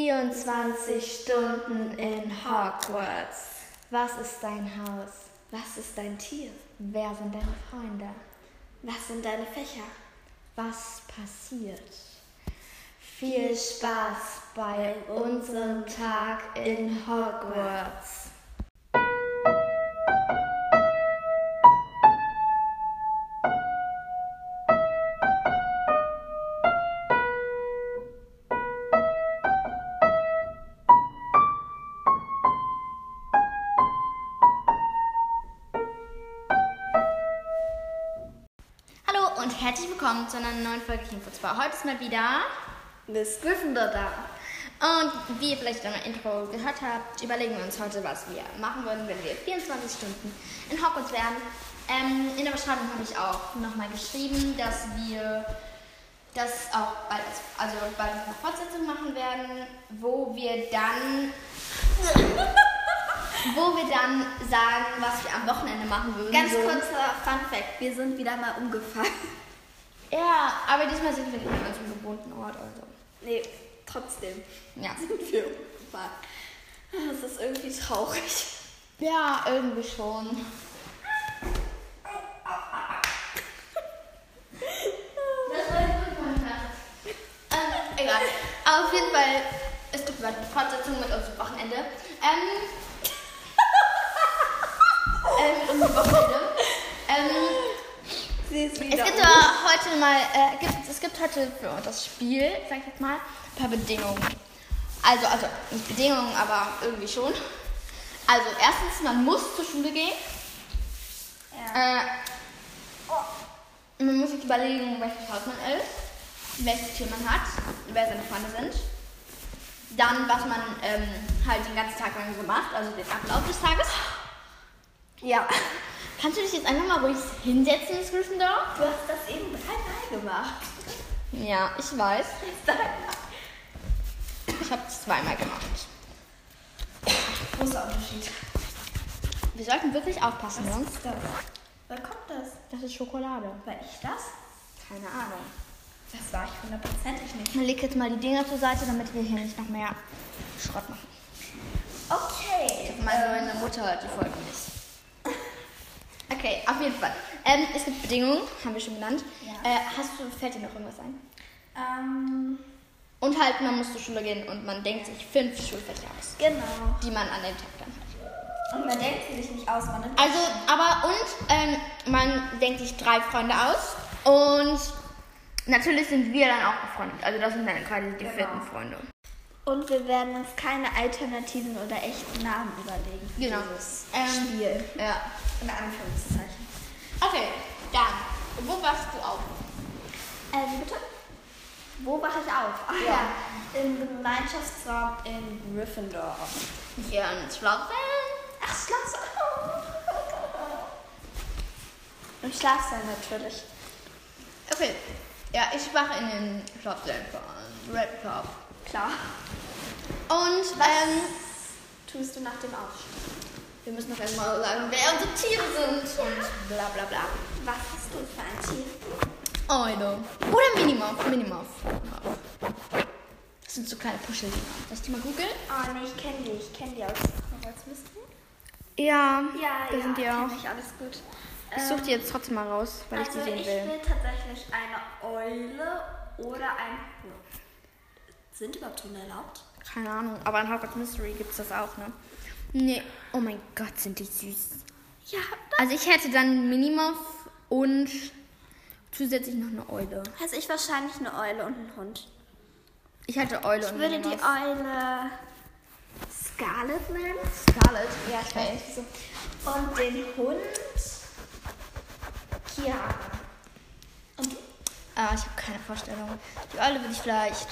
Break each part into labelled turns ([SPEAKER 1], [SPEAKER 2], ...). [SPEAKER 1] 24 Stunden in Hogwarts.
[SPEAKER 2] Was ist dein Haus?
[SPEAKER 1] Was ist dein Tier?
[SPEAKER 2] Wer sind deine Freunde?
[SPEAKER 1] Was sind deine Fächer?
[SPEAKER 2] Was passiert?
[SPEAKER 1] Viel Spaß bei unserem Tag in Hogwarts.
[SPEAKER 3] Hallo und herzlich willkommen zu einer neuen Folge King Futsball. Heute ist mal wieder
[SPEAKER 1] Miss Gryffindor da.
[SPEAKER 3] und wie ihr vielleicht in meinem Intro gehört habt, überlegen wir uns heute, was wir machen würden, wenn wir 24 Stunden in Hogwarts wären. Ähm, in der Beschreibung habe ich auch nochmal geschrieben, dass wir das auch bald, als, also bald eine Fortsetzung machen werden, wo wir dann wo wir dann sagen, was wir am Wochenende machen würden.
[SPEAKER 1] Ganz
[SPEAKER 3] so.
[SPEAKER 1] kurzer Fun Fact: Wir sind wieder mal umgefallen.
[SPEAKER 3] Ja, aber diesmal sind wir nicht an unserem gewohnten Ort. Also.
[SPEAKER 1] Nee, trotzdem
[SPEAKER 3] Ja.
[SPEAKER 1] sind wir umgefallen. Das ist irgendwie traurig.
[SPEAKER 3] Ja, irgendwie schon. Das war jetzt gut gemacht. Ähm, egal. Aber auf jeden Fall, es gibt bald eine Fortsetzung mit unserem Wochenende. Ähm. ähm, unser Wochenende. Ähm.
[SPEAKER 1] Sie ist
[SPEAKER 3] Es
[SPEAKER 1] wieder um.
[SPEAKER 3] gibt aber heute mal, äh, gibt, es gibt heute für das Spiel, sag ich jetzt mal, ein paar Bedingungen. Also, also nicht Bedingungen, aber irgendwie schon. Also erstens, man muss zur Schule gehen. Äh, man muss sich überlegen, welches Haus man ist, welches Tier man hat, wer seine Freunde sind. Dann, was man ähm, halt den ganzen Tag lang so macht, also den Ablauf des Tages.
[SPEAKER 1] Ja.
[SPEAKER 3] Kannst du dich jetzt einfach mal ruhig hinsetzen, Miss Gryffindor?
[SPEAKER 1] Du hast das eben dreimal gemacht.
[SPEAKER 3] Ja, ich weiß. Ich habe es zweimal gemacht.
[SPEAKER 1] Großer Unterschied.
[SPEAKER 3] Wir sollten wirklich aufpassen, sonst.
[SPEAKER 1] So. Wann kommt das?
[SPEAKER 3] Das ist Schokolade.
[SPEAKER 1] War ich das?
[SPEAKER 3] Keine Ahnung.
[SPEAKER 1] Das war ich hundertprozentig nicht.
[SPEAKER 3] Man legt jetzt mal die Dinger zur Seite, damit wir hier nicht noch mehr Schrott machen.
[SPEAKER 1] Okay.
[SPEAKER 3] Meine, meine Mutter hört die Folge nicht. Okay, auf jeden Fall. Ähm, es gibt Bedingungen, haben wir schon genannt.
[SPEAKER 1] Ja.
[SPEAKER 3] Äh, hast du, fällt dir noch irgendwas ein?
[SPEAKER 1] Ähm,
[SPEAKER 3] Und halt, man muss zur Schule gehen und man denkt sich fünf Schulfächer aus,
[SPEAKER 1] genau.
[SPEAKER 3] die man an dem Tag dann hat.
[SPEAKER 1] Und man denkt sie sich nicht aus, man nimmt
[SPEAKER 3] Also, aber und ähm, man denkt sich drei Freunde aus und natürlich sind wir dann auch befreundet. Also das sind dann quasi die vierten Freunde.
[SPEAKER 1] Und wir werden uns keine alternativen oder echten Namen überlegen. für
[SPEAKER 3] Genau.
[SPEAKER 1] Dieses
[SPEAKER 3] Ähm,
[SPEAKER 1] Spiel.
[SPEAKER 3] Ja.
[SPEAKER 1] In Anführungszeichen.
[SPEAKER 3] Okay, dann, wo warst du auf?
[SPEAKER 1] Äh, wie bitte? Wo wache ich auf? Ach ja. Im Gemeinschaftsraum in Gryffindor.
[SPEAKER 3] Hier in Schlaufen.
[SPEAKER 1] Ach, Schlafsaal. Im Schlafsaal natürlich.
[SPEAKER 3] Okay, ja, ich war in den Schlaufen von Red Club.
[SPEAKER 1] Klar.
[SPEAKER 3] Und ähm,
[SPEAKER 1] Tust du nach dem Aufstehen?
[SPEAKER 3] wir müssen noch erstmal sagen, wer unsere Tiere sind und bla bla bla.
[SPEAKER 1] Was hast du für ein Tier?
[SPEAKER 3] Oh, Oder Minimoff, Minimoff. Das sind so kleine Puscheldinger. Lass die mal googeln.
[SPEAKER 1] Oh nee, ich kenne die. Ich kenne die aus Hogwarts-Mystery.
[SPEAKER 3] Ja,
[SPEAKER 1] Ja,
[SPEAKER 3] da
[SPEAKER 1] ja,
[SPEAKER 3] sind die auch.
[SPEAKER 1] Ich alles gut.
[SPEAKER 3] Ich suche die jetzt trotzdem mal raus, weil
[SPEAKER 1] also
[SPEAKER 3] ich die sehen
[SPEAKER 1] ich
[SPEAKER 3] will.
[SPEAKER 1] will tatsächlich eine Eule oder ein Huhn. Sind überhaupt Hunde erlaubt?
[SPEAKER 3] Keine Ahnung, aber in Hogwarts Mystery gibt's das auch, ne? Nee, oh mein Gott, sind die süß.
[SPEAKER 1] Ja,
[SPEAKER 3] Also ich hätte dann Minimoff und zusätzlich noch eine Eule.
[SPEAKER 1] also ich wahrscheinlich eine Eule und einen Hund.
[SPEAKER 3] Ich hätte Eule
[SPEAKER 1] Ich
[SPEAKER 3] und
[SPEAKER 1] würde die
[SPEAKER 3] Minimoff.
[SPEAKER 1] Eule Scarlet nennen.
[SPEAKER 3] Scarlet. Ja, ich weiß.
[SPEAKER 1] Und den Hund Kiara. Und du?
[SPEAKER 3] Ah, ich habe keine Vorstellung. Die Eule würde ich vielleicht.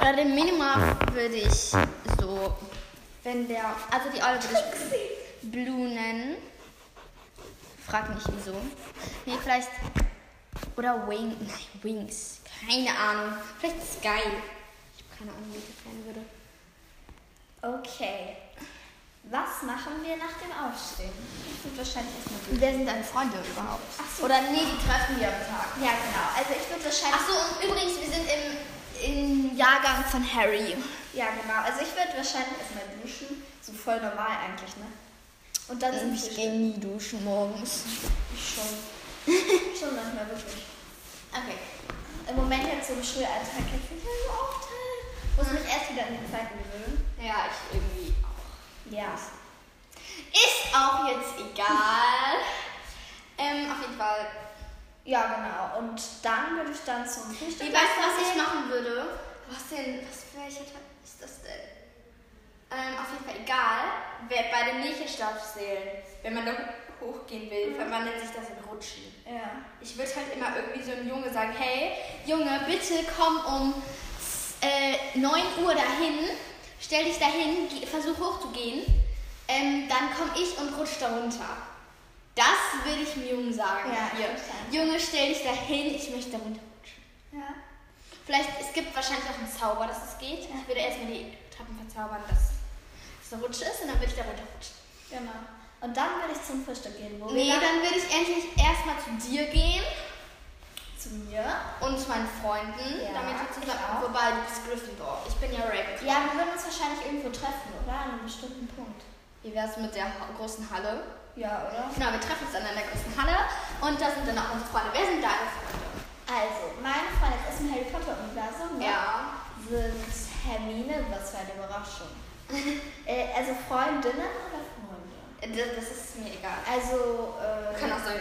[SPEAKER 3] Oder den Minimoff würde ich so. Wenn der. Also die Eule würde ich Blue nennen. Frag mich wieso. Nee, vielleicht. Oder Wing. Nein, Wings. Keine Ahnung. Vielleicht Sky. Ich habe keine Ahnung, wie ich das nennen würde.
[SPEAKER 1] Okay. Was machen wir nach dem Aufstehen? Das sind wahrscheinlich erstmal gut.
[SPEAKER 3] Wer sind deine Freunde überhaupt?
[SPEAKER 1] Ach so.
[SPEAKER 3] Oder nee, die treffen wir am Tag.
[SPEAKER 1] Ja, genau. Also ich würde wahrscheinlich.
[SPEAKER 3] Achso, und übrigens, wir sind im im Jahrgang von Harry.
[SPEAKER 1] Ja, genau. Also ich würde wahrscheinlich erstmal duschen. So voll normal eigentlich, ne? Und dann sind
[SPEAKER 3] Ich gehe
[SPEAKER 1] wir
[SPEAKER 3] nie duschen morgens.
[SPEAKER 1] schon. schon manchmal wirklich. Okay. Im Moment jetzt so im Schulalltag kann ich mich ja so aufteilen. Muss mich erst wieder an die Zeit gewöhnen.
[SPEAKER 3] Ja, ich irgendwie auch.
[SPEAKER 1] Ja.
[SPEAKER 3] Ist auch jetzt egal. ähm, auf jeden Fall.
[SPEAKER 1] Ja, genau. Und dann würde ich dann zum Frühstück.
[SPEAKER 3] Wie weißt du, was ich machen würde? Was denn? Was für welcher Tag ist das denn? Ähm, auf jeden Fall egal. Wer bei den Milchstabsseelen, wenn man da hochgehen will, verwandelt sich das in Rutschen.
[SPEAKER 1] Ja.
[SPEAKER 3] Ich würde halt immer irgendwie so einem Junge sagen, hey, Junge, bitte komm um äh, 9 Uhr dahin, stell dich dahin, geh, versuch hochzugehen, ähm, dann komme ich und rutsch da runter. Das würde ich dem Jungen sagen.
[SPEAKER 1] Ja,
[SPEAKER 3] Hier.
[SPEAKER 1] interessant.
[SPEAKER 3] Junge, stell dich dahin, ich möchte da runter rutschen.
[SPEAKER 1] Ja.
[SPEAKER 3] Vielleicht, es gibt wahrscheinlich auch einen Zauber, dass es geht. Ich würde erstmal die Treppen verzaubern, dass es eine Rutsche ist und dann würde ich da runterrutschen.
[SPEAKER 1] Genau. Und dann würde ich zum Frühstück gehen, wo
[SPEAKER 3] Nee,
[SPEAKER 1] wir
[SPEAKER 3] dann
[SPEAKER 1] dann
[SPEAKER 3] würde ich endlich erstmal zu dir gehen.
[SPEAKER 1] zu mir.
[SPEAKER 3] und zu meinen Freunden,
[SPEAKER 1] Ja,
[SPEAKER 3] damit wir zusammen.
[SPEAKER 1] ich auch.
[SPEAKER 3] Wobei du bist Gryffindor, ich bin ja Ravenclaw.
[SPEAKER 1] Ja, wir würden uns wahrscheinlich irgendwo treffen, oder? An einem bestimmten Punkt.
[SPEAKER 3] Wie wär's mit der ha großen Halle?
[SPEAKER 1] Ja, oder?
[SPEAKER 3] Genau, wir treffen uns dann in der großen Halle und da sind dann auch unsere Freunde. Wer sind deine Freunde?
[SPEAKER 1] Also, meine Freunde aus dem Harry Potter-Universum ne,
[SPEAKER 3] Ja.
[SPEAKER 1] sind Hermine, was für eine Überraschung. äh, also Freundinnen oder Freunde?
[SPEAKER 3] Das, das ist mir egal.
[SPEAKER 1] Also, äh,
[SPEAKER 3] Kann auch sein,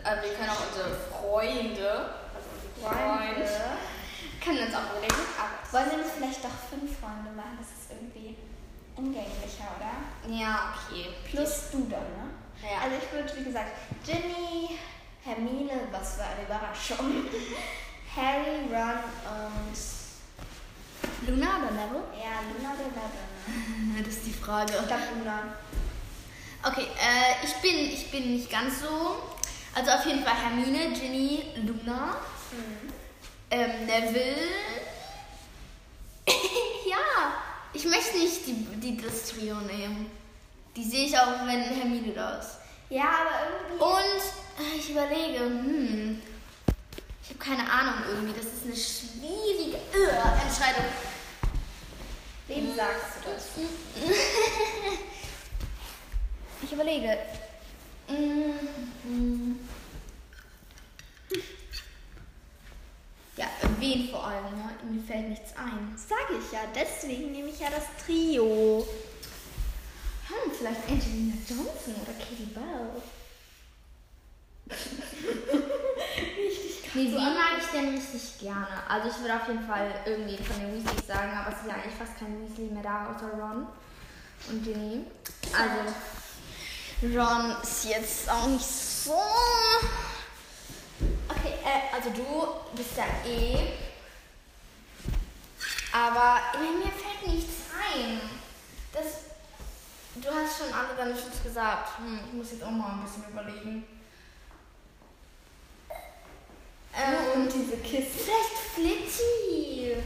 [SPEAKER 3] äh, wir können auch unsere Freunde, also unsere
[SPEAKER 1] Freunde.
[SPEAKER 3] Freunde, können uns auch überlegen. Aber
[SPEAKER 1] Wollen wir nicht vielleicht doch fünf Freunde machen? Das ist irgendwie umgänglicher, oder?
[SPEAKER 3] ja, okay.
[SPEAKER 1] Plus du dann, ne?
[SPEAKER 3] Ja.
[SPEAKER 1] Also ich würde, wie gesagt, Ginny, Hermine, was für eine Überraschung. Harry, Ron und
[SPEAKER 3] Luna oder Neville?
[SPEAKER 1] ja, Luna oder Neville.
[SPEAKER 3] Das ist die Frage.
[SPEAKER 1] Ich glaube Luna.
[SPEAKER 3] Okay, äh, ich, bin, ich bin nicht ganz so. Also auf jeden Fall Hermine, Ginny, Luna, ähm, Neville. ja, ich möchte nicht die, die, das Trio nehmen. Die sehe ich auch, wenn Hermine da ist.
[SPEAKER 1] Ja, aber irgendwie.
[SPEAKER 3] Und äh, ich überlege, hm, ich habe keine Ahnung irgendwie. Das ist eine schwierige äh, Entscheidung.
[SPEAKER 1] Wem sagst du das?
[SPEAKER 3] Ich überlege. Mhm. Ja, äh, wen vor allem, ne? Mir fällt nichts ein.
[SPEAKER 1] Sag ich ja, deswegen nehme ich ja das Trio.
[SPEAKER 3] Hm, vielleicht Angelina Johnson oder Katie Bell. nee, wen mag ich denn richtig gerne? Also ich würde auf jeden Fall irgendwie von den Weasleys sagen, aber es ist ja eigentlich fast kein Weasley mehr da, außer Ron und Ginny. Also Ron ist jetzt auch nicht so... Okay, äh, also du bist ja eh... Aber mir fällt nichts ein. Das Du hast schon alle deine Schutz gesagt. Hm, ich muss jetzt auch mal ein bisschen überlegen. Ähm,
[SPEAKER 1] Und diese Kiste.
[SPEAKER 3] vielleicht Flitty.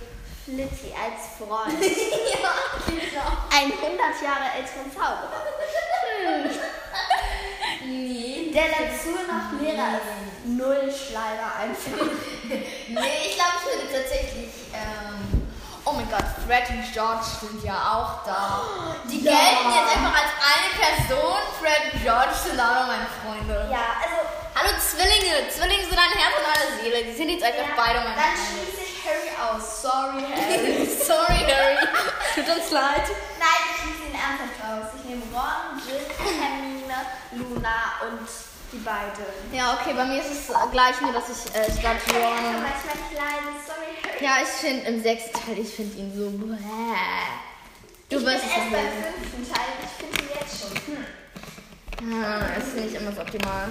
[SPEAKER 1] Flitty als Freund.
[SPEAKER 3] ja, genau.
[SPEAKER 1] Ein 100 Jahre älteren Zauberer.
[SPEAKER 3] Nee.
[SPEAKER 1] Der dazu noch Lehrer ist. Null Schleier einfach.
[SPEAKER 3] Nee, ich glaube, ich würde tatsächlich. Ähm, oh mein Gott, Fred und George sind ja auch da. Die
[SPEAKER 1] Ja.
[SPEAKER 3] gelten jetzt einfach als eine Person. Fred und George sind auch noch meine Freunde.
[SPEAKER 1] Ja, also
[SPEAKER 3] Hallo Zwillinge. Zwillinge sind ein Herz und eine Seele. Die sind jetzt einfach Äh, beide meine
[SPEAKER 1] Dann
[SPEAKER 3] Freunde.
[SPEAKER 1] schließe ich Harry aus. Sorry, Harry.
[SPEAKER 3] Sorry, Harry. Tut uns leid.
[SPEAKER 1] Nein, ich schließe ihn ernsthaft aus. Ich nehme Ron, Jill, Hermine, Luna und die beiden.
[SPEAKER 3] Ja, okay, bei mir ist es gleich, nur dass ich äh, statt
[SPEAKER 1] Ich
[SPEAKER 3] Ron.
[SPEAKER 1] manchmal klein. Sorry, Harry.
[SPEAKER 3] Ja, ich finde im sechsten Teil, ich finde ihn so. Bäh. Du wirst
[SPEAKER 1] ich bin
[SPEAKER 3] es
[SPEAKER 1] erst
[SPEAKER 3] nicht
[SPEAKER 1] beim
[SPEAKER 3] lesen.
[SPEAKER 1] fünften Teil. Ich finde ihn jetzt schon. Hm.
[SPEAKER 3] Ah, ist nicht immer so optimal.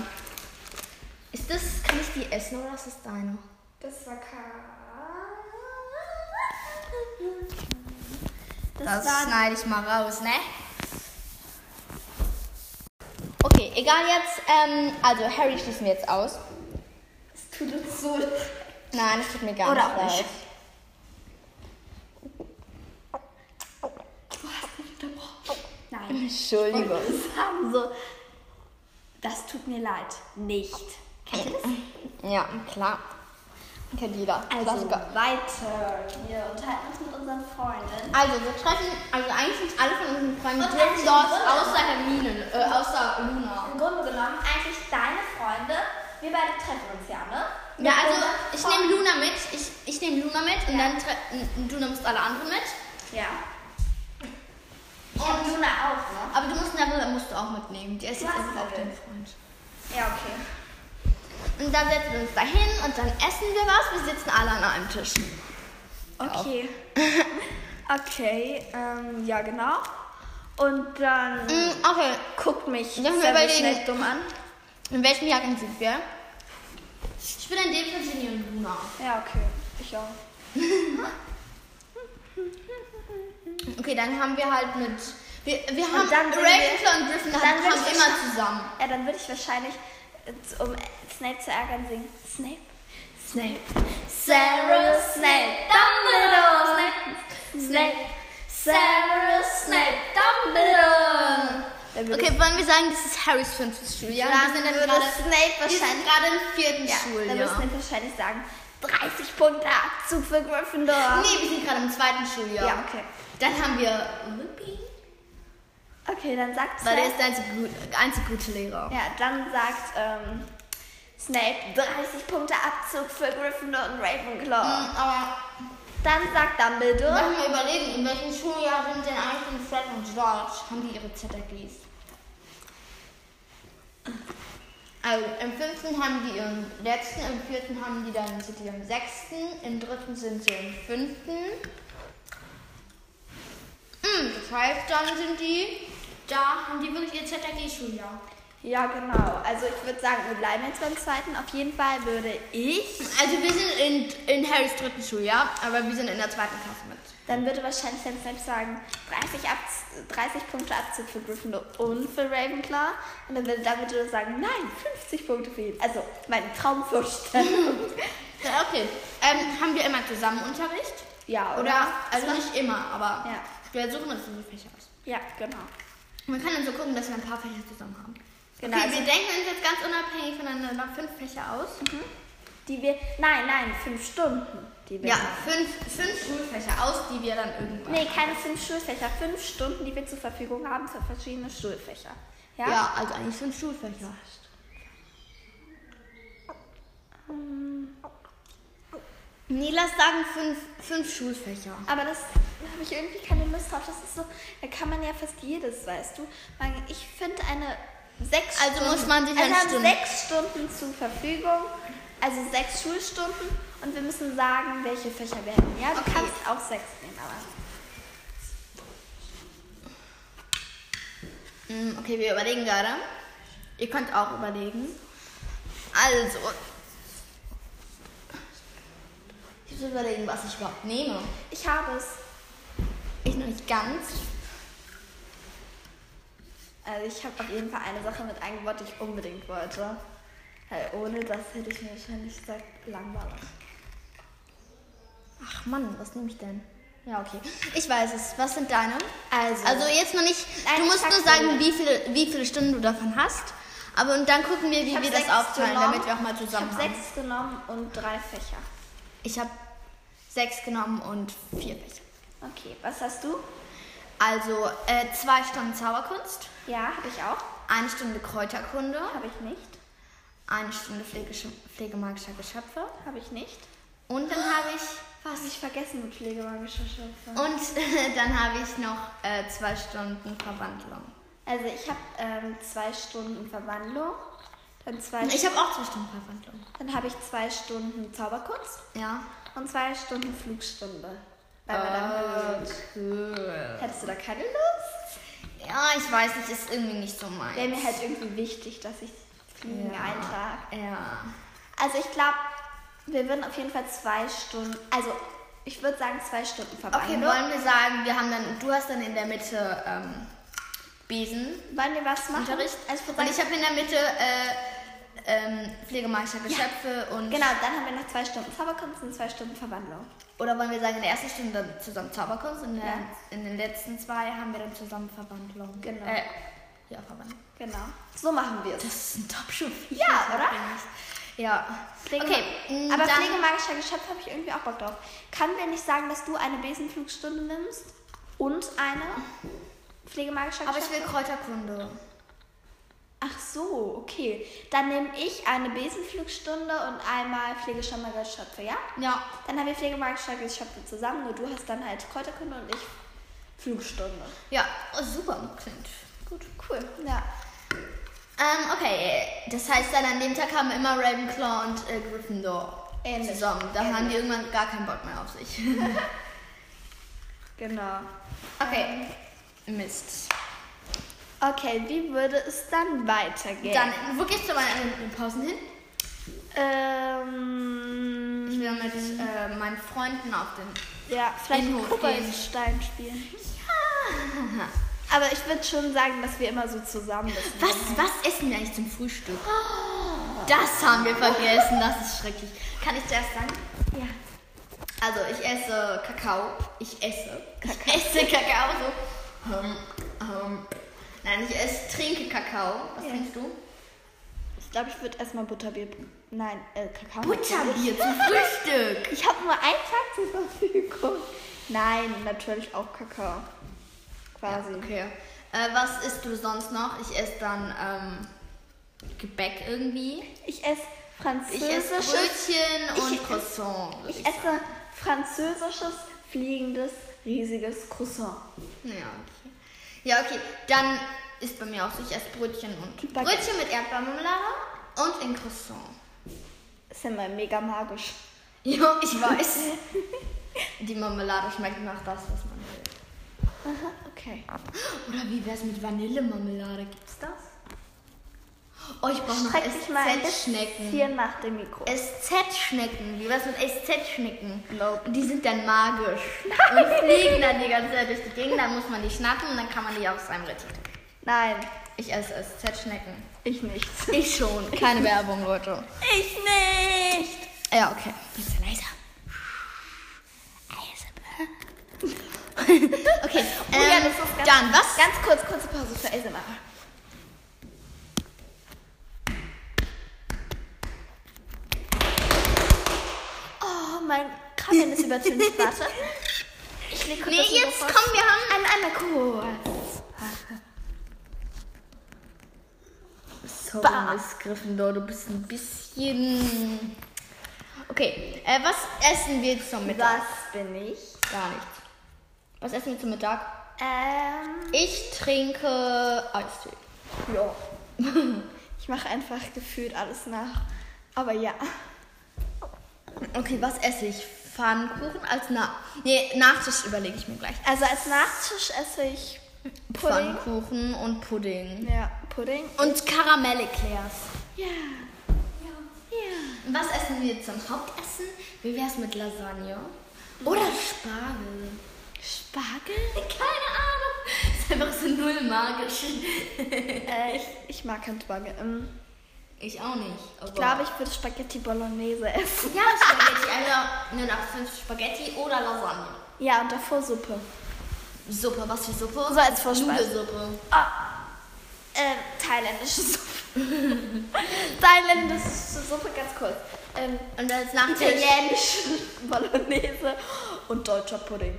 [SPEAKER 3] Ist das, kann ich die essen oder ist das deine?
[SPEAKER 1] Das war Karl.
[SPEAKER 3] Das,
[SPEAKER 1] war-
[SPEAKER 3] schneide ich mal raus, ne? Okay, egal jetzt. Ähm, also Harry schließen wir jetzt aus.
[SPEAKER 1] Es tut uns so.
[SPEAKER 3] Nein, das tut mir gar
[SPEAKER 1] Oder
[SPEAKER 3] nicht
[SPEAKER 1] auch
[SPEAKER 3] leid.
[SPEAKER 1] nicht. Du hast mich unterbrochen. Nein. Also,
[SPEAKER 3] Entschuldigung.
[SPEAKER 1] Sagen so. Das tut mir leid. Nicht. Kennt ihr das?
[SPEAKER 3] Ja, klar. Kennt jeder.
[SPEAKER 2] Also
[SPEAKER 3] Klassiker.
[SPEAKER 1] Weiter. Wir unterhalten uns mit unseren Freunden.
[SPEAKER 3] Also, wir treffen, also eigentlich sind alle von unseren Freunden
[SPEAKER 1] Und
[SPEAKER 3] dürfen
[SPEAKER 1] eigentlich
[SPEAKER 3] dort
[SPEAKER 1] wollen-
[SPEAKER 3] außer Hermine, äh, außer Luna.
[SPEAKER 1] Im Grunde genommen eigentlich deine Freunde. Wir beide treffen uns ja, ne?
[SPEAKER 3] Ja, also
[SPEAKER 1] unseren
[SPEAKER 3] ich
[SPEAKER 1] Freunden.
[SPEAKER 3] nehme Luna mit, ich, ich nehme Luna mit und
[SPEAKER 1] Ja.
[SPEAKER 3] dann tre- n- du nimmst alle anderen mit.
[SPEAKER 1] Ja. Ich hab Luna auch, ne?
[SPEAKER 3] Aber du musst Neville musst du auch mitnehmen. Der ist
[SPEAKER 1] Du
[SPEAKER 3] jetzt
[SPEAKER 1] hast
[SPEAKER 3] einfach auch
[SPEAKER 1] Neville.
[SPEAKER 3] dein Freund.
[SPEAKER 1] Ja, okay.
[SPEAKER 3] Und dann setzen wir uns dahin und dann essen wir was. Wir sitzen alle an einem Tisch.
[SPEAKER 1] Okay. okay, ähm, ja genau. Und dann
[SPEAKER 3] Mm, Okay,
[SPEAKER 1] guckt mich
[SPEAKER 3] Lass mal
[SPEAKER 1] Severus
[SPEAKER 3] überlegen.
[SPEAKER 1] nicht dumm an.
[SPEAKER 3] in welchem Jahrgang sind wir? Ich bin in dem Fall Ginny und Luna.
[SPEAKER 1] Ja, okay. Ich auch.
[SPEAKER 3] Okay, dann haben wir halt mit. Wir, wir haben
[SPEAKER 1] dann sind wir-
[SPEAKER 3] Ravenclaw und Gryffindor
[SPEAKER 1] dann
[SPEAKER 3] haben
[SPEAKER 1] sind
[SPEAKER 3] haben
[SPEAKER 1] wir-
[SPEAKER 3] immer zusammen.
[SPEAKER 1] Ja, dann würde ich wahrscheinlich, äh, um Snape zu ärgern, singen. Snape, Snape, Severus Snape, Dumbledore, Snape, Snape, Severus Snape, Dumbledore. Dann würde
[SPEAKER 3] Okay, wollen wir sagen, das ist Harrys fünftes Schuljahr?
[SPEAKER 1] Dann
[SPEAKER 3] wir sind
[SPEAKER 1] würde
[SPEAKER 3] dann gerade,
[SPEAKER 1] Snape
[SPEAKER 3] wir sind
[SPEAKER 1] wahrscheinlich-
[SPEAKER 3] gerade im vierten
[SPEAKER 1] ja, dann
[SPEAKER 3] Schuljahr.
[SPEAKER 1] müssen wir wahrscheinlich sagen, 30 Punkte Abzug für Gryffindor.
[SPEAKER 3] Nee, wir sind gerade im zweiten Schuljahr.
[SPEAKER 1] Ja, okay.
[SPEAKER 3] Dann haben wir Lupin.
[SPEAKER 1] Okay, dann sagt
[SPEAKER 3] Weil der
[SPEAKER 1] Snape.
[SPEAKER 3] ist der einzige, gut- einzig gute Lehrer.
[SPEAKER 1] Ja, dann sagt ähm, Snape 30 Punkte Abzug für Gryffindor und Ravenclaw.
[SPEAKER 3] Mm, Aber
[SPEAKER 1] Dann sagt Dumbledore.
[SPEAKER 3] lass mal überlegen, in welchem Schuljahr sind denn eigentlich Fred und George? Haben die ihre ZAGs? Also im fünften haben die ihren letzten, im vierten haben die dann sind die im sechsten, im dritten sind sie im fünften. Mm, das heißt, dann sind die, da haben die wirklich ihr ZAG-Schuljahr.
[SPEAKER 1] Ja, genau. Also ich würde sagen, wir bleiben jetzt beim zweiten. Auf jeden Fall würde ich.
[SPEAKER 3] Also wir sind in, in Harrys dritten Schuljahr, aber wir sind in der zweiten Klasse mit.
[SPEAKER 1] Dann würde wahrscheinlich Sam Snape sagen, 30, Abz 30 Punkte Abzug für Gryffindor und für Ravenclaw. Und dann würde Dumbledore sagen, nein, 50 Punkte für ihn. Also meine Traumvorstellung.
[SPEAKER 3] Ja, okay. Ähm, haben wir immer zusammen Unterricht?
[SPEAKER 1] ja, oder?
[SPEAKER 3] Oder, also nicht immer, aber
[SPEAKER 1] Ja.
[SPEAKER 3] wir suchen uns unsere Fächer aus.
[SPEAKER 1] Ja, genau.
[SPEAKER 3] Man kann dann so gucken, dass wir ein paar Fächer zusammen haben.
[SPEAKER 1] Genau,
[SPEAKER 3] okay,
[SPEAKER 1] also-
[SPEAKER 3] wir denken uns jetzt ganz unabhängig voneinander fünf Fächer aus.
[SPEAKER 1] Mhm. Die wir. Nein, nein, 5 Stunden. Die wir
[SPEAKER 3] Ja, fünf, fünf Schulfächer aus, die wir dann irgendwann.
[SPEAKER 1] Nee, keine 5 Schulfächer. 5 Stunden, die wir zur Verfügung haben für verschiedene Schulfächer. Ja?
[SPEAKER 3] also eigentlich fünf Schulfächer. Nee, lass sagen fünf, fünf Schulfächer.
[SPEAKER 1] Aber das da habe ich irgendwie keine Lust drauf. Das ist so, da kann man ja fast jedes, weißt du. Man, ich finde eine sechs
[SPEAKER 3] Also
[SPEAKER 1] Stunden,
[SPEAKER 3] muss man sich
[SPEAKER 1] also
[SPEAKER 3] dann
[SPEAKER 1] haben
[SPEAKER 3] stimmen.
[SPEAKER 1] sechs Stunden zur Verfügung, also sechs Schulstunden und wir müssen sagen, welche Fächer werden. Ja, du
[SPEAKER 3] Okay.
[SPEAKER 1] kannst auch sechs nehmen, aber
[SPEAKER 3] Mm, Okay, wir überlegen gerade. Ihr könnt auch überlegen. Also. Ich muss überlegen, was ich überhaupt nehme.
[SPEAKER 1] ich habe es.
[SPEAKER 3] Ich noch nicht ganz.
[SPEAKER 1] Also ich habe auf jeden Fall eine Sache mit eingebaut, die ich unbedingt wollte. Weil ohne das hätte ich mir wahrscheinlich gesagt, langweilig.
[SPEAKER 3] Ach Mann, was nehme ich denn? Ja, okay. Ich weiß es. Was sind deine?
[SPEAKER 1] Also,
[SPEAKER 3] Also jetzt noch nicht.
[SPEAKER 1] Nein,
[SPEAKER 3] Du
[SPEAKER 1] ich
[SPEAKER 3] musst
[SPEAKER 1] sag's
[SPEAKER 3] nur
[SPEAKER 1] dir.
[SPEAKER 3] sagen, wie viele, wie viele Stunden du davon hast. Aber und dann gucken wir, wie
[SPEAKER 1] hab
[SPEAKER 3] wir das
[SPEAKER 1] sechs
[SPEAKER 3] aufteilen,
[SPEAKER 1] genommen.
[SPEAKER 3] damit wir auch mal
[SPEAKER 1] ich habe
[SPEAKER 3] zusammen haben.
[SPEAKER 1] sechs genommen und drei Fächer.
[SPEAKER 3] Ich habe sechs genommen und vier Fächer.
[SPEAKER 1] Okay, was hast du?
[SPEAKER 3] Also äh, zwei Stunden Zauberkunst,
[SPEAKER 1] Ja, habe ich auch.
[SPEAKER 3] eine Stunde Kräuterkunde,
[SPEAKER 1] Habe ich nicht.
[SPEAKER 3] eine Stunde Pflegesch- pflegemagischer Geschöpfe
[SPEAKER 1] Habe ich nicht.
[SPEAKER 3] und dann habe ich
[SPEAKER 1] Was? Ich vergessen mit pflegemagischer Schöpfung.
[SPEAKER 3] und äh, dann habe ich noch äh, zwei Stunden Verwandlung.
[SPEAKER 1] Also ich habe ähm, zwei Stunden Verwandlung, dann zwei,
[SPEAKER 3] Ich habe auch zwei Stunden Verwandlung.
[SPEAKER 1] dann habe ich zwei Stunden Zauberkunst
[SPEAKER 3] Ja.
[SPEAKER 1] und zwei Stunden Flugstunde. Bei Madame Blue.
[SPEAKER 3] Ah, cool.
[SPEAKER 1] Hättest du da keine Lust?
[SPEAKER 3] Ja, ich weiß nicht, ist irgendwie nicht so meins.
[SPEAKER 1] Wäre mir halt irgendwie wichtig, dass ich Fliegen
[SPEAKER 3] Ja.
[SPEAKER 1] eintrage.
[SPEAKER 3] Ja.
[SPEAKER 1] Also ich glaube, wir würden auf jeden Fall zwei Stunden, also ich würde sagen zwei Stunden
[SPEAKER 3] Okay,
[SPEAKER 1] Verwandlung.
[SPEAKER 3] wollen wir sagen, wir haben dann, du hast dann in der Mitte ähm, Besen
[SPEAKER 1] wollen wir was machen?
[SPEAKER 3] Unterricht.
[SPEAKER 1] Also ich würd
[SPEAKER 3] Und
[SPEAKER 1] sagen,
[SPEAKER 3] ich habe in der Mitte äh, ähm, Pflegemagischer Geschöpfe und.
[SPEAKER 1] genau, dann haben wir noch zwei Stunden Zauberkunst und zwei Stunden Verwandlung.
[SPEAKER 3] Oder wollen wir sagen, in der ersten Stunde dann zusammen Zauberkunst und in, der,
[SPEAKER 1] Ja.
[SPEAKER 3] in den letzten zwei haben wir dann zusammen Verwandlung.
[SPEAKER 1] Genau.
[SPEAKER 3] Äh, ja, Verwandlung.
[SPEAKER 1] Genau. So machen wir es.
[SPEAKER 3] Das ist ein top
[SPEAKER 1] Ja, oder?
[SPEAKER 3] Ja.
[SPEAKER 1] Pflege
[SPEAKER 3] Okay, mm,
[SPEAKER 1] aber
[SPEAKER 3] dann-
[SPEAKER 1] pflegemagischer Geschöpf habe ich irgendwie auch Bock drauf. Kann wir nicht sagen, dass du eine Besenflugstunde nimmst und eine pflegemagischer
[SPEAKER 3] Aber ich
[SPEAKER 1] Geschöpf?
[SPEAKER 3] will Kräuterkunde.
[SPEAKER 1] Ach so, okay. Dann nehme ich eine Besenflugstunde und einmal pflegeschammer Geschöpfe, ja?
[SPEAKER 3] Ja.
[SPEAKER 1] Dann haben wir pflegemagischer Geschöpfe zusammen, nur du hast dann halt Kräuterkunde und ich Flugstunde.
[SPEAKER 3] Ja. Oh, super, klingt gut.
[SPEAKER 1] Cool, ja.
[SPEAKER 3] Ähm, okay. Das heißt dann, an dem Tag haben wir immer Ravenclaw und äh, Gryffindor
[SPEAKER 1] Ähnlich.
[SPEAKER 3] zusammen. Da haben
[SPEAKER 1] Ähnlich.
[SPEAKER 3] die irgendwann gar keinen Bock mehr auf sich.
[SPEAKER 1] Genau.
[SPEAKER 3] Okay. Mist.
[SPEAKER 1] Okay, wie würde es dann weitergehen?
[SPEAKER 3] Dann, wo gehst du mal an den Pausen hin?
[SPEAKER 1] Ähm,
[SPEAKER 3] Ich will mit äh, meinen Freunden auf den.
[SPEAKER 1] ja, vielleicht
[SPEAKER 3] in den Hof
[SPEAKER 1] Kobaltstein spielen. Ja. Aber ich würde schon sagen, dass wir immer so zusammen sind.
[SPEAKER 3] Was, was essen wir eigentlich zum Frühstück? Das haben wir vergessen, das ist schrecklich. Ah. Kann ich zuerst sagen?
[SPEAKER 1] Ja.
[SPEAKER 3] Also, ich esse Kakao. Ich esse. Kakao. Ich esse Kakao so. Hm, hm. Nein, ich esse, trinke Kakao. Was
[SPEAKER 1] Ja.
[SPEAKER 3] trinkst du?
[SPEAKER 1] Ich glaube, ich würde erstmal Butterbier. Nein, äh, Kakao.
[SPEAKER 3] Butterbier zum Frühstück.
[SPEAKER 1] Ich habe nur einen Tag zur Verfügung. Nein, natürlich auch Kakao. Quasi.
[SPEAKER 3] Okay. Äh, was isst du sonst noch? Ich esse dann ähm, Gebäck irgendwie.
[SPEAKER 1] Ich esse
[SPEAKER 3] Ich esse
[SPEAKER 1] französisches.
[SPEAKER 3] Brötchen und
[SPEAKER 1] Ich-
[SPEAKER 3] Croissant. würd
[SPEAKER 1] Ich, esse französisches fliegendes riesiges Croissant.
[SPEAKER 3] Ja, okay. Ja, okay. Dann ist bei mir auch so, ich esse Brötchen und
[SPEAKER 1] Baguette.
[SPEAKER 3] Brötchen mit Erdbeermarmelade und ein Croissant.
[SPEAKER 1] Ist ja mal mega magisch.
[SPEAKER 3] Ja, ich weiß. Die Marmelade schmeckt nach das, was man will.
[SPEAKER 1] Aha, okay.
[SPEAKER 3] Oder wie wär's mit Vanillemarmelade? Gibt's das? Oh, ich brauche noch
[SPEAKER 1] Streck dich mal ein
[SPEAKER 3] SZ-Schnecken.
[SPEAKER 1] bisschen nach dem Mikro.
[SPEAKER 3] SZ-Schnecken. Wie wär's mit SZ-Schnecken?
[SPEAKER 1] Nope.
[SPEAKER 3] Und die sind dann magisch. Und fliegen dann die ganze Zeit durch die Gegend. Dann muss man die schnappen und dann kann man die auf seinem Rettich.
[SPEAKER 1] Nein,
[SPEAKER 3] Ich esse SZ-Schnecken.
[SPEAKER 1] ich nicht.
[SPEAKER 3] Ich schon. Keine Werbung, Leute.
[SPEAKER 1] Ich nicht!
[SPEAKER 3] Ja, okay. Bisschen leiser. okay, ähm,
[SPEAKER 1] Oh ja, das ist ganz-
[SPEAKER 3] dann was?
[SPEAKER 1] Ganz kurz, kurze Pause für ASMR. Oh, mein Kabel ist übertönt. Warte. Ich leg kurz
[SPEAKER 3] Nee,
[SPEAKER 1] das Mikro
[SPEAKER 3] jetzt
[SPEAKER 1] vor.
[SPEAKER 3] komm, wir haben...
[SPEAKER 1] Einmal, einmal kurz.
[SPEAKER 3] Sorry,
[SPEAKER 1] Bah.
[SPEAKER 3] Miss Gryffindor, du bist ein bisschen... Okay, äh, was essen wir zum Mittag?
[SPEAKER 1] Was bin ich?
[SPEAKER 3] Gar nichts. Was essen wir zum Mittag?
[SPEAKER 1] Ähm,
[SPEAKER 3] Ich trinke Eistee.
[SPEAKER 1] ja. Ich mache einfach gefühlt alles nach. Aber ja.
[SPEAKER 3] Okay, was esse ich? Pfannkuchen als Na... Nee, Nachtisch überlege ich mir gleich.
[SPEAKER 1] Also als Nachtisch esse ich Pudding.
[SPEAKER 3] Pfannkuchen und Pudding.
[SPEAKER 1] Ja, Pudding.
[SPEAKER 3] Und Karamell-Eclairs.
[SPEAKER 1] Ja. Ja.
[SPEAKER 3] Was essen wir zum Hauptessen? Wie wär's mit Lasagne? Oder Spargel?
[SPEAKER 1] Spargel?
[SPEAKER 3] Keine Ahnung. Ist einfach so null magisch.
[SPEAKER 1] Äh, ich, ich mag keinen Spargel. Ähm,
[SPEAKER 3] Ich auch nicht. Aber
[SPEAKER 1] Ich glaube, ich würde Spaghetti Bolognese essen.
[SPEAKER 3] Ja, Spaghetti. Also nur nach fünf Spaghetti oder Lasagne.
[SPEAKER 1] Ja, und davor Suppe.
[SPEAKER 3] Suppe, was für Suppe?
[SPEAKER 1] So als Vorspeise.
[SPEAKER 3] Nudelsuppe.
[SPEAKER 1] Ähm, thailändische Suppe. thailändische Suppe, ganz kurz. Ähm,
[SPEAKER 3] Und als Nachtisch.
[SPEAKER 1] italienische Bolognese und deutscher Pudding.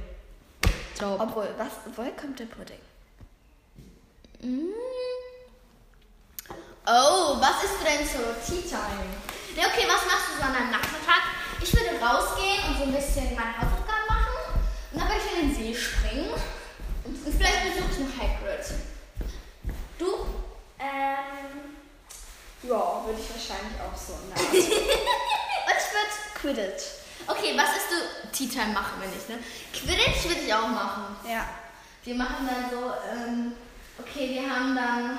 [SPEAKER 3] Top.
[SPEAKER 1] Obwohl, was, woher kommt der Pudding?
[SPEAKER 3] Mm. Oh, was isst du denn zur Tea Time? Ne, okay, was machst du so an einem Nachmittag? Ich würde rausgehen und so ein bisschen meine Hausaufgaben machen. Und dann würde ich in den See springen. Und vielleicht besuche ich noch Hagrid. Du?
[SPEAKER 1] Ähm, ja, würde ich wahrscheinlich auch so. in der Art. und ich würde Quidditch.
[SPEAKER 3] Okay, was isst du? Tea Time machen wir nicht, ne? Quidditch würde ich auch machen.
[SPEAKER 1] Ja.
[SPEAKER 3] Wir machen dann so, ähm, okay, wir haben dann,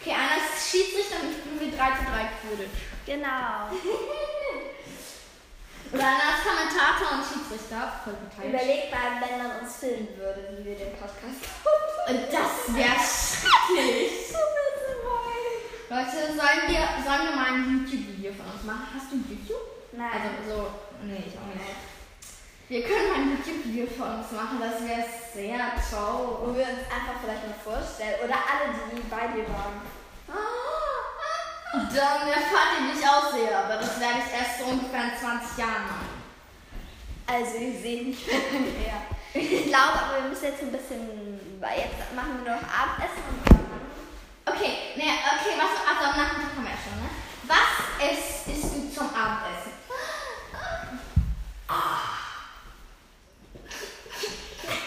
[SPEAKER 3] okay, einer ist Schiedsrichter und spielen wir 3 zu 3 Quidditch.
[SPEAKER 1] Genau.
[SPEAKER 3] Oder einer ist Kommentator und Schiedsrichter. Voll beteiligt.
[SPEAKER 1] Überleg mal, wenn man uns filmen würde, wie wir den Podcast machen.
[SPEAKER 3] Und das wäre schrecklich. Leute, sollen wir, sollen wir mal ein YouTube-Video von uns machen? Hast du YouTube?
[SPEAKER 1] Nein.
[SPEAKER 3] Also so, nee, ich auch nicht. Wir können mal ein YouTube-Video von uns machen, das wäre sehr toll.
[SPEAKER 1] Wo wir uns einfach vielleicht mal vorstellen. Oder alle, die bei dir waren.
[SPEAKER 3] Ah, ah, Dann erfahrt ihr, wie ich aussehe, aber das werde ich erst so ungefähr in 20 Jahren machen.
[SPEAKER 1] Also wir sehen nicht mehr lange her. Ich glaube, aber wir müssen jetzt ein bisschen, weil jetzt machen wir noch Abendessen und dann
[SPEAKER 3] Okay, ne, okay, was, also am Nachmittag haben wir ja schon, ne? Was isst, isst du zum Abendessen?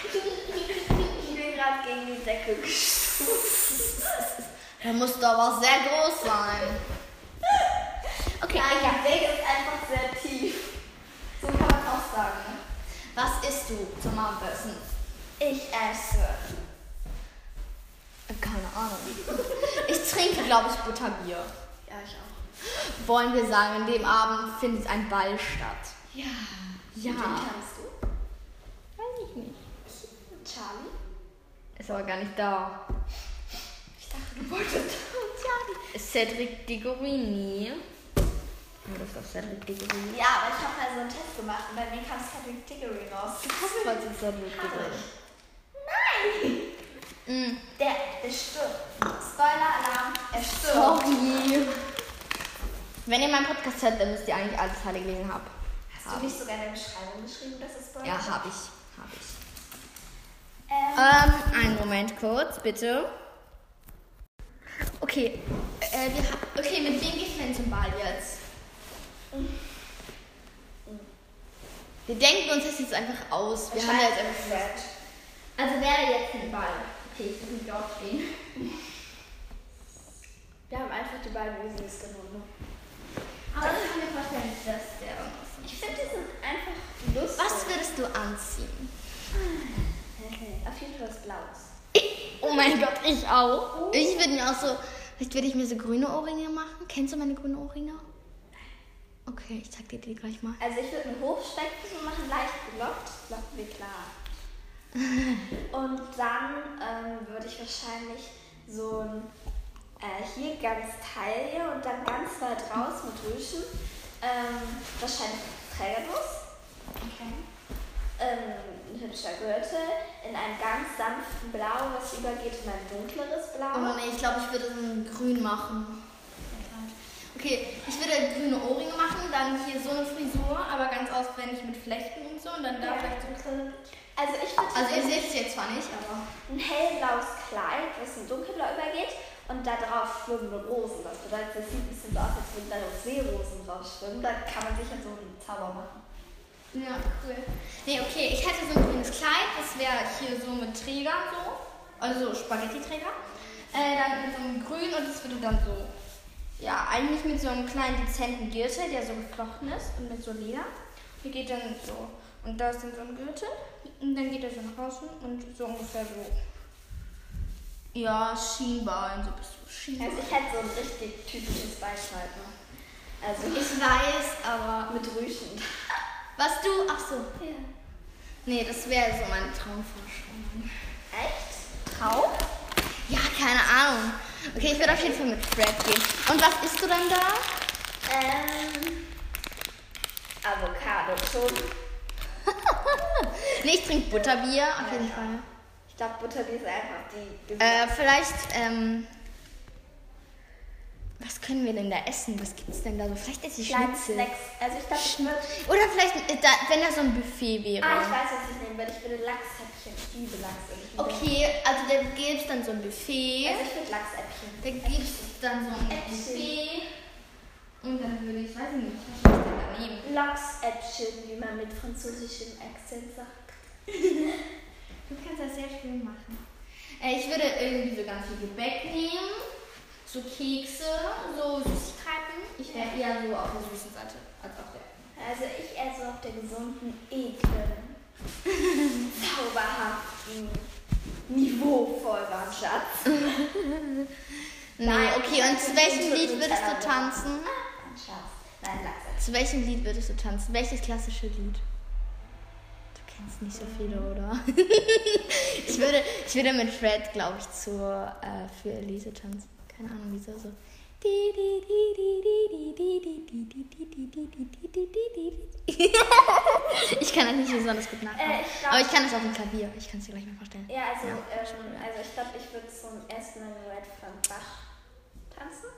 [SPEAKER 1] Ich bin gerade gegen die Decke gestoßen.
[SPEAKER 3] Da musst du aber auch sehr groß sein.
[SPEAKER 1] Okay, Nein, der Weg ist einfach sehr tief.
[SPEAKER 3] So kann man auch sagen. ne? Was isst du zum Abendessen?
[SPEAKER 1] Ich esse.
[SPEAKER 3] Keine Ahnung. Ich trinke, glaube ich, Butterbier.
[SPEAKER 1] Ja, ich auch.
[SPEAKER 3] Wollen wir sagen, an dem Abend findet ein Ball statt.
[SPEAKER 1] Ja.
[SPEAKER 3] Ja.
[SPEAKER 1] Wen kannst du?
[SPEAKER 3] Weiß ich nicht.
[SPEAKER 1] Charlie?
[SPEAKER 3] Ist aber gar nicht da.
[SPEAKER 1] Ich dachte, du wolltest Charlie.
[SPEAKER 3] Cedric Digorini. Du bist auf Cedric Digorini.
[SPEAKER 1] Ja, aber ich habe mal so einen Test gemacht und bei mir kam Cedric Diggory raus.
[SPEAKER 3] Was ist Cedric Diggorini?
[SPEAKER 1] Nein!
[SPEAKER 3] Mm.
[SPEAKER 1] Der, der stirbt. Spoiler-Alarm, er stirbt.
[SPEAKER 3] Sorry. Wenn ihr meinen Podcast hört, dann müsst ihr eigentlich alle Teile gelesen haben.
[SPEAKER 1] Hast du nicht sogar in der Beschreibung geschrieben, dass es Spoiler
[SPEAKER 3] Ja, habe ich. Hab ich.
[SPEAKER 1] Ähm,
[SPEAKER 3] Ähm, einen Moment kurz, bitte. Okay. Äh, wir ha- okay, mit wem gehen wir denn zum Ball jetzt? Wir denken uns das jetzt einfach aus. Wir haben ja jetzt einfach
[SPEAKER 1] Fred.
[SPEAKER 3] Also wer jetzt den Ball? Okay, ich muss dort stehen.
[SPEAKER 1] Wir haben einfach die beiden Weasleys genommen.
[SPEAKER 3] Aber das kann mir vorstellen, dass der
[SPEAKER 1] Ich finde, die sind einfach lustig.
[SPEAKER 3] Was würdest du anziehen?
[SPEAKER 1] Okay. Auf jeden Fall was Blaues.
[SPEAKER 3] Oh mein Gott, ich auch. Ich würde mir auch so, vielleicht würde ich mir so grüne Ohrringe machen. Kennst du meine grünen Ohrringe? Okay, ich zeig dir die gleich mal.
[SPEAKER 1] Also ich würde eine Hochsteckdose machen, leicht gelockt, locken wir klar. Und dann ähm, würde ich wahrscheinlich so ein äh, hier ganz Taille und dann ganz weit raus mit Rüschen. Ähm, wahrscheinlich Trägernuss. Ähm, ein hübscher Gürtel in einem ganz sanften Blau, was übergeht in ein
[SPEAKER 3] Oh
[SPEAKER 1] dunkleres Blau.
[SPEAKER 3] nee, ich glaube, ich würde so ein grün machen. Okay, ich würde grüne Ohrringe machen, dann hier so eine Frisur, aber ganz aufwendig mit Flechten und so und dann da vielleicht so.
[SPEAKER 1] Also ich würde
[SPEAKER 3] Also ihr seht es jetzt zwar nicht, aber.
[SPEAKER 1] ein hellblaues Kleid, was in dunkelblau übergeht und da drauf schwimmende Rosen. Das bedeutet, das sieht ein bisschen so aus, als würden da noch Seerosen drauf schwimmen. Da kann man sicher so einen Zauber machen.
[SPEAKER 3] Ja, cool. Nee, okay, ich hätte so ein grünes Kleid, das wäre hier so mit Träger so, also Spaghetti-Träger. Äh, dann mit so einem grün und das würde dann so, ja, eigentlich mit so einem kleinen dezenten Gürtel, der so geflochten ist und mit so Leder. Hier geht dann so, und da ist dann so ein Gürtel und dann geht er so nach außen und so ungefähr so. Ja, Schienbein, so bist du Schienbein.
[SPEAKER 1] Also ich hätte so ein richtig typisches Beischneid. ne? Also
[SPEAKER 3] Ich weiß, aber
[SPEAKER 1] mit Rüschen.
[SPEAKER 3] was du, ach so,
[SPEAKER 1] Ja.
[SPEAKER 3] nee, das wäre so meine Traumvorstellung.
[SPEAKER 1] Echt?
[SPEAKER 3] Traum? Ja, keine Ahnung. Okay, ich würde auf jeden Fall mit Fred gehen. Und was isst du dann da?
[SPEAKER 1] Ähm. Avocado schon.
[SPEAKER 3] Nee, ich trinke Butterbier, auf jeden Fall.
[SPEAKER 1] Ich glaube, Butterbier ist einfach die
[SPEAKER 3] Äh, vielleicht, ähm. Was können wir denn da essen? Was gibt's denn da so? Vielleicht esse ich
[SPEAKER 1] kleinen
[SPEAKER 3] Schnitzel.
[SPEAKER 1] Snacks. Also ich glaube, ich würde.
[SPEAKER 3] Oder vielleicht, äh, da, wenn da so ein Buffet wäre.
[SPEAKER 1] Ah, ich weiß, was ich nehmen würde. Ich würde Lachsäpfchen. Ich liebe Lachsäpfchen.
[SPEAKER 3] okay, also da gibt's dann so ein Buffet.
[SPEAKER 1] Also ich würde Lachsäpfchen.
[SPEAKER 3] Da gibt's dann so ein
[SPEAKER 1] Äpfel.
[SPEAKER 3] Buffet. Und dann würde ich, weiß ich nicht, was ist denn daneben?
[SPEAKER 1] Lachsäpfchen, wie man mit französischem Akzent sagt.
[SPEAKER 3] Du kannst das sehr schön machen. Äh, ich würde irgendwie so ganz viel Gebäck nehmen, so Kekse, so Süßigkeiten. Ich wäre eher so auf der süßen Seite als auf der.
[SPEAKER 1] Also ich eher so auf der gesunden, edlen, zauberhaften, niveauvoll war, Schatz.
[SPEAKER 3] Nein, okay, und zu welchem
[SPEAKER 1] Nein.
[SPEAKER 3] Lied würdest du tanzen?
[SPEAKER 1] Ein Schatz. Nein, Lachsäpfchen.
[SPEAKER 3] Zu welchem Lied würdest du tanzen? Welches klassische Lied? Du kennst nicht so viele, oder? ich, würde, ich würde mit Fred, glaube ich, zur, äh, für Elise tanzen. Keine Ahnung, wieso so. Ich kann das nicht besonders gut
[SPEAKER 1] Äh,
[SPEAKER 3] nachmachen.
[SPEAKER 1] ich glaub-
[SPEAKER 3] Aber ich kann es auf dem Klavier. Ich kann es dir gleich mal vorstellen.
[SPEAKER 1] Ja, äh, also, ähm, also ich glaube, ich würde zum ersten Mal Red von Bach tanzen.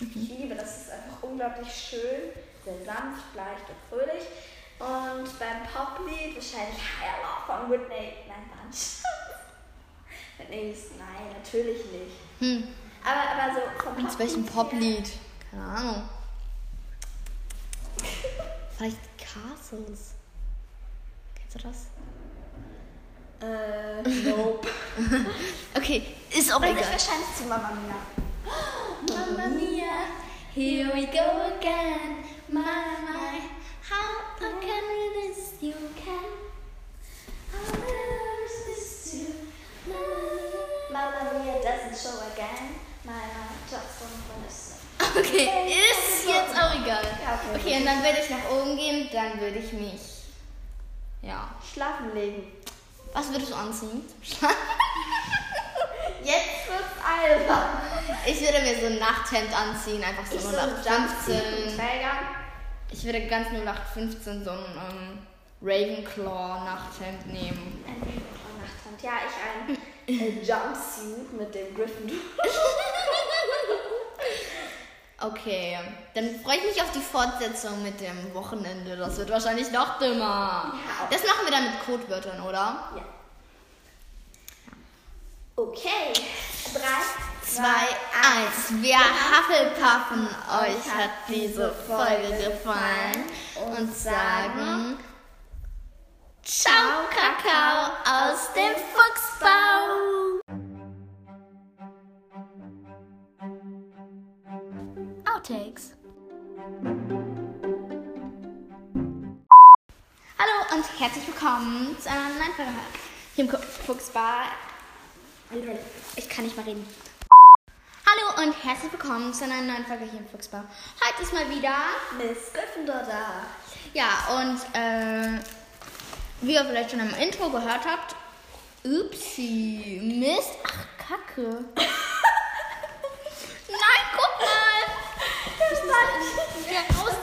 [SPEAKER 3] Mhm.
[SPEAKER 1] Ich liebe das, es ist einfach unglaublich schön, sehr sanft, leicht und fröhlich. Und beim Poplied wahrscheinlich Higher Love von Whitney. Nein, war ein Scherz. Whitney ist, nein, natürlich nicht.
[SPEAKER 3] Hm.
[SPEAKER 1] Aber, aber so vom Poplied.
[SPEAKER 3] Aus welchem
[SPEAKER 1] her-
[SPEAKER 3] Poplied? Keine Ahnung. Vielleicht Castles. Kennst du das?
[SPEAKER 1] Äh, nope.
[SPEAKER 3] Okay, ist auch
[SPEAKER 1] Weil ich
[SPEAKER 3] egal.
[SPEAKER 1] wahrscheinlich zu Mama Mia. Mama Mia, here we go again. My, my, how I can resist you can. I'll never resist you. Mama Mia doesn't show again. My, my, just don't listen.
[SPEAKER 3] Okay, ist jetzt auch egal.
[SPEAKER 1] Ja, okay.
[SPEAKER 3] Okay, und dann würde ich nach oben gehen, dann würde ich mich. Ja.
[SPEAKER 1] Schlafen legen.
[SPEAKER 3] Was würdest du anziehen?
[SPEAKER 1] Jetzt wird's albern.
[SPEAKER 3] Ich würde mir so ein Nachthemd anziehen, einfach so
[SPEAKER 1] Ich so
[SPEAKER 3] 0815.
[SPEAKER 1] Träger.
[SPEAKER 3] Ich würde ganz 0815 so ein ähm, Ravenclaw-Nachthemd nehmen.
[SPEAKER 1] Ein Nachthand. Ja, ich ein äh, Jumpsuit mit dem Gryffindor.
[SPEAKER 3] Okay, dann freue ich mich auf die Fortsetzung mit dem Wochenende. Das wird wahrscheinlich noch dümmer.
[SPEAKER 1] Ja.
[SPEAKER 3] Das machen wir dann mit Codewörtern, oder?
[SPEAKER 1] Ja. Okay. Drei,
[SPEAKER 3] Zwei, eins. Wir Hufflepuffen, euch hat diese Folge gefallen und sagen Ciao Kakao aus dem Fuchsbau.
[SPEAKER 1] Outtakes.
[SPEAKER 3] Hallo und herzlich willkommen zu einer neuen Folge hier im Fuchsbar. Ich kann nicht mal reden. Hallo und herzlich willkommen zu einer neuen Folge hier im Fuchsbar. Heute ist mal wieder,
[SPEAKER 1] Miss Gryffindor da.
[SPEAKER 3] ja, und äh, wie ihr vielleicht schon im Intro gehört habt, upsi, Mist, ach, Kacke. Nein, guck mal. Das war, wir raus